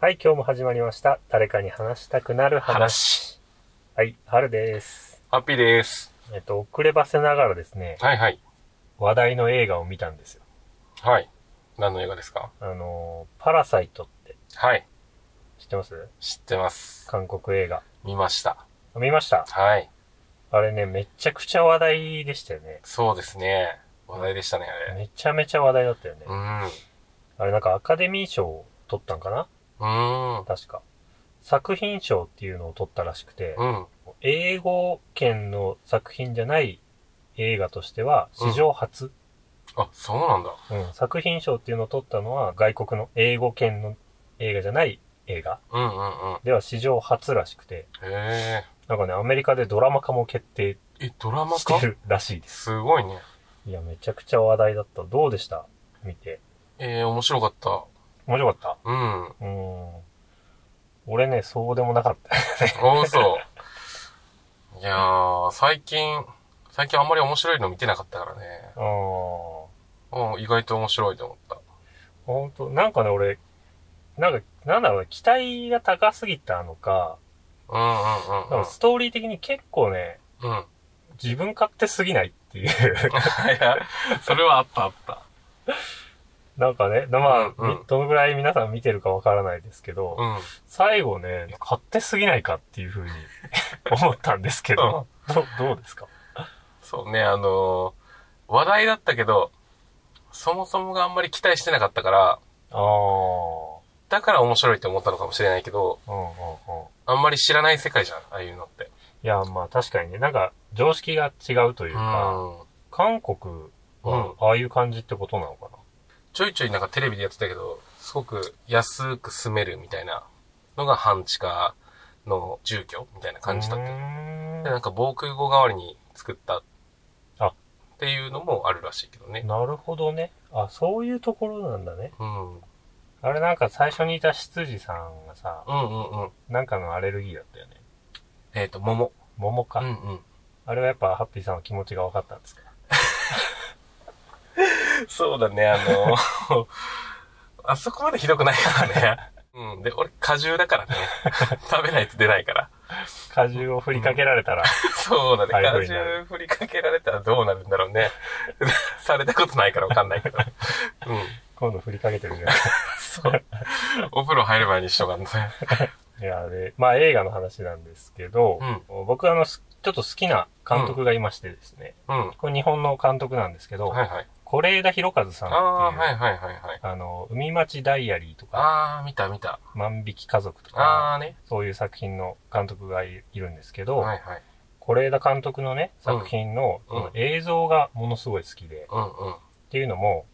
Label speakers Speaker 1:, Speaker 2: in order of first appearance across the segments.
Speaker 1: はい、今日も始まりました。誰かに話したくなる話。
Speaker 2: 話。
Speaker 1: はい、春です。
Speaker 2: ハッピーです。
Speaker 1: えっと、遅ればせながらですね、
Speaker 2: はいはい。
Speaker 1: 話題の映画を見たんですよ。
Speaker 2: はい。何の映画ですか
Speaker 1: あのー、パラサイトって
Speaker 2: はい。
Speaker 1: 知ってます
Speaker 2: 知ってます。
Speaker 1: 韓国映画。
Speaker 2: 見ました。
Speaker 1: 見ました
Speaker 2: はい。
Speaker 1: あれね、めちゃくちゃ話題でしたよね。
Speaker 2: そうですね。話題でしたね、あれ。
Speaker 1: めちゃめちゃ話題だったよね
Speaker 2: う。ん。う
Speaker 1: あれなんかアカデミー賞を取ったんかな
Speaker 2: ーん。
Speaker 1: 確か。作品賞っていうのを取ったらしくて、
Speaker 2: うん。
Speaker 1: 英語圏の作品じゃない映画としては史上初。
Speaker 2: あ、そうなんだ。
Speaker 1: うん、作品賞っていうのを取ったのは外国の英語圏の映画じゃない映画
Speaker 2: うんうんうん。
Speaker 1: では史上初らしくて、
Speaker 2: へ
Speaker 1: なんかね、アメリカでドラマ化も決定
Speaker 2: え。え、ドラマ
Speaker 1: して
Speaker 2: か
Speaker 1: るらしいです。
Speaker 2: すごいね。
Speaker 1: いや、めちゃくちゃ話題だった。どうでした見て。
Speaker 2: えー、面白かっ。
Speaker 1: 面白かった
Speaker 2: うん。
Speaker 1: たうーん。俺ね、そうでもなかった。
Speaker 2: あ、そう。いやー、最近、最近あんまり面白いの見てなかったからね。
Speaker 1: あー
Speaker 2: うん、意外と面白いと思った。
Speaker 1: ほんと、なんかね、俺、なんか、なんだろうね、期待が高すぎたのか、
Speaker 2: うんうん
Speaker 1: なんかストーリー的に結構ね、
Speaker 2: うんうん。うん。
Speaker 1: 自分勝手すぎないっていう。
Speaker 2: いや、 それはあったあった。
Speaker 1: なんかね、なまあ、
Speaker 2: うんうん
Speaker 1: みどのぐらい皆さん見てるかわからないですけど、
Speaker 2: うん。
Speaker 1: 最後ね、勝手すぎないかっていうふうに 思ったんですけど、どどうですか
Speaker 2: そうね、あのー話題だったけど、そもそもがあんまり期待してなかったから、
Speaker 1: ああ、
Speaker 2: だから面白いって思ったのかもしれないけど、
Speaker 1: うんうんうん。
Speaker 2: あんまり知らない世界じゃん、ああいうのって。
Speaker 1: いや、まあ確かにね、なんか常識が違うといううんか、。韓国はああいう感じってことなのか
Speaker 2: ちょいちょいなんかテレビでやってたけど、すごく安く住めるみたいなのが半地下の住居みたいな
Speaker 1: な
Speaker 2: 感じだった。
Speaker 1: う
Speaker 2: で、
Speaker 1: ー
Speaker 2: なんか防空壕代わりに作った。
Speaker 1: あ
Speaker 2: っていうのもあるらしいけどね
Speaker 1: ん。なるほどね。あ、そういうところなんだね。
Speaker 2: うん。うん
Speaker 1: あれなんか最初にいた執事さんがさ、
Speaker 2: うんうん。
Speaker 1: なんかのアレルギーだったよね。
Speaker 2: えっ、と、桃。
Speaker 1: 桃
Speaker 2: う
Speaker 1: か。
Speaker 2: んうん。
Speaker 1: あれはやっぱハッピーさんの気持ちが分かったんですか
Speaker 2: そうだね、あの、 あそこまでひどくないからね。うん。で、俺、果汁だからね。 食べないと出ないから。
Speaker 1: 果汁を振りかけられたら、
Speaker 2: そうだね。
Speaker 1: ああいう
Speaker 2: 果
Speaker 1: 風になる
Speaker 2: 汁振りかけられたらどうなるんだろうね。 されたことないからわかんないけど。うん。
Speaker 1: 今度振りかけてるじゃないですか。
Speaker 2: そう。お風呂入る前にしとかんね。
Speaker 1: いや、で、まあ映画の話なんですけど、僕あの、すちょっと好きな監督がいましてですね、
Speaker 2: うん。うん。
Speaker 1: これ日本の監督なんですけど、
Speaker 2: はいはい。
Speaker 1: 是枝裕和さんっ
Speaker 2: あ
Speaker 1: ていう、
Speaker 2: あー、はいはいはいはい。
Speaker 1: あの、海町ダイアリーとか、
Speaker 2: ああ、見た見た。
Speaker 1: 万引き家族とか、
Speaker 2: ああね。
Speaker 1: そういう作品の監督がいいるんですけど、
Speaker 2: はいはい。
Speaker 1: 是枝監督のね、
Speaker 2: うん
Speaker 1: 作品の
Speaker 2: う
Speaker 1: こ
Speaker 2: ん
Speaker 1: の映像がものすごい好きで、
Speaker 2: うん
Speaker 1: っていうのも、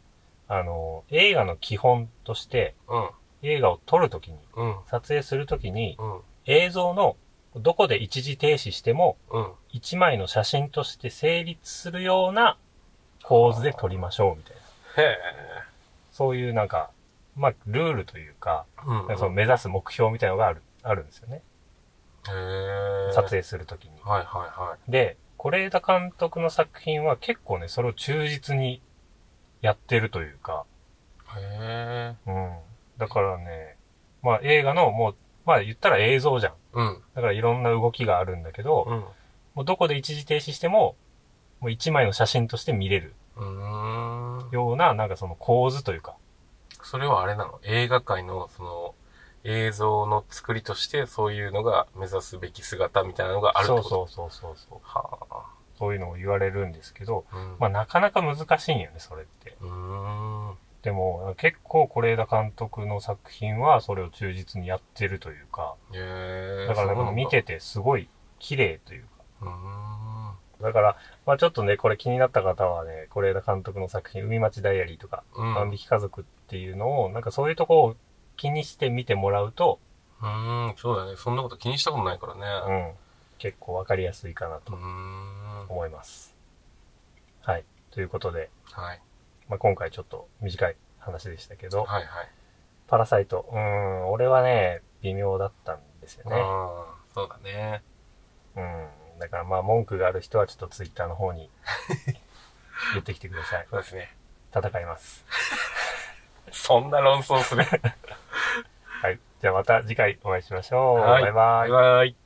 Speaker 1: あの、映画の基本として、映画を撮るときに、
Speaker 2: うん。うん。
Speaker 1: 撮影するときに、
Speaker 2: うん。
Speaker 1: 映像のどこで一時停止しても、
Speaker 2: うん。
Speaker 1: 一枚の写真として成立するような構図で撮りましょうみたいな。
Speaker 2: へえ。
Speaker 1: そういうなんか、まあ、ルールというか、
Speaker 2: うん。
Speaker 1: その目指す目標みたいなのがある、あるんですよね。
Speaker 2: へえ。
Speaker 1: 撮。影するときに。
Speaker 2: はいはいはい。
Speaker 1: で、是枝監督の作品は結構ね、それを忠実にやってるというか、
Speaker 2: へえ。
Speaker 1: うん。だからね、まあ映画のもう、まあ言ったら映像じゃん。
Speaker 2: うん。
Speaker 1: だからいろんな動きがあるんだけど、
Speaker 2: うん。う
Speaker 1: もうどこで一時停止しても、もう一枚の写真として見れる
Speaker 2: ーん。
Speaker 1: ような、なんかその構図というか。
Speaker 2: それはあれなの映画界の、その、映像の作りとして、そういうのが目指すべき姿みたいなのがあるって
Speaker 1: そ
Speaker 2: こ
Speaker 1: う
Speaker 2: と
Speaker 1: そうそうそうそう。
Speaker 2: は
Speaker 1: そういうのを言われるんですけど、
Speaker 2: あ。うん。
Speaker 1: まあなかなか難しいんよね、それって。
Speaker 2: うーん。
Speaker 1: でも、結構是枝監督の作品はそれを忠実にやってるというか、
Speaker 2: へえ。
Speaker 1: だから
Speaker 2: そう
Speaker 1: ね、
Speaker 2: なん
Speaker 1: 見て。てすごい綺麗というか。
Speaker 2: うーん。
Speaker 1: だから、まあちょっとね、これ気になった方はね、是枝監督の作品、海町ダイアリーとか、
Speaker 2: うん。
Speaker 1: 万
Speaker 2: う
Speaker 1: 引き家族っていうのを、なんかそういうとこを気にして見てもらうと、
Speaker 2: ーん。そうだね。そんなこと気にしたことないから
Speaker 1: う
Speaker 2: ね。
Speaker 1: ん、結構わかりやすいかな
Speaker 2: うー
Speaker 1: と
Speaker 2: ん。
Speaker 1: 思います。はい。ということで、
Speaker 2: はい。
Speaker 1: まあ、今回ちょっと短い話でしたけど、
Speaker 2: はいはい。
Speaker 1: パラサイト、うーん、俺はね、微妙だったんですよ
Speaker 2: う
Speaker 1: ね。
Speaker 2: ん。そうだね。
Speaker 1: うん。だからまあ文句がある人はちょっとツイッターの方に 言ってきてください。
Speaker 2: そうですね。
Speaker 1: 戦います。
Speaker 2: そんな論争する。
Speaker 1: はい。とじゃあまた次回お会いしましょう。
Speaker 2: はい
Speaker 1: バイバイ
Speaker 2: バイ。バイ。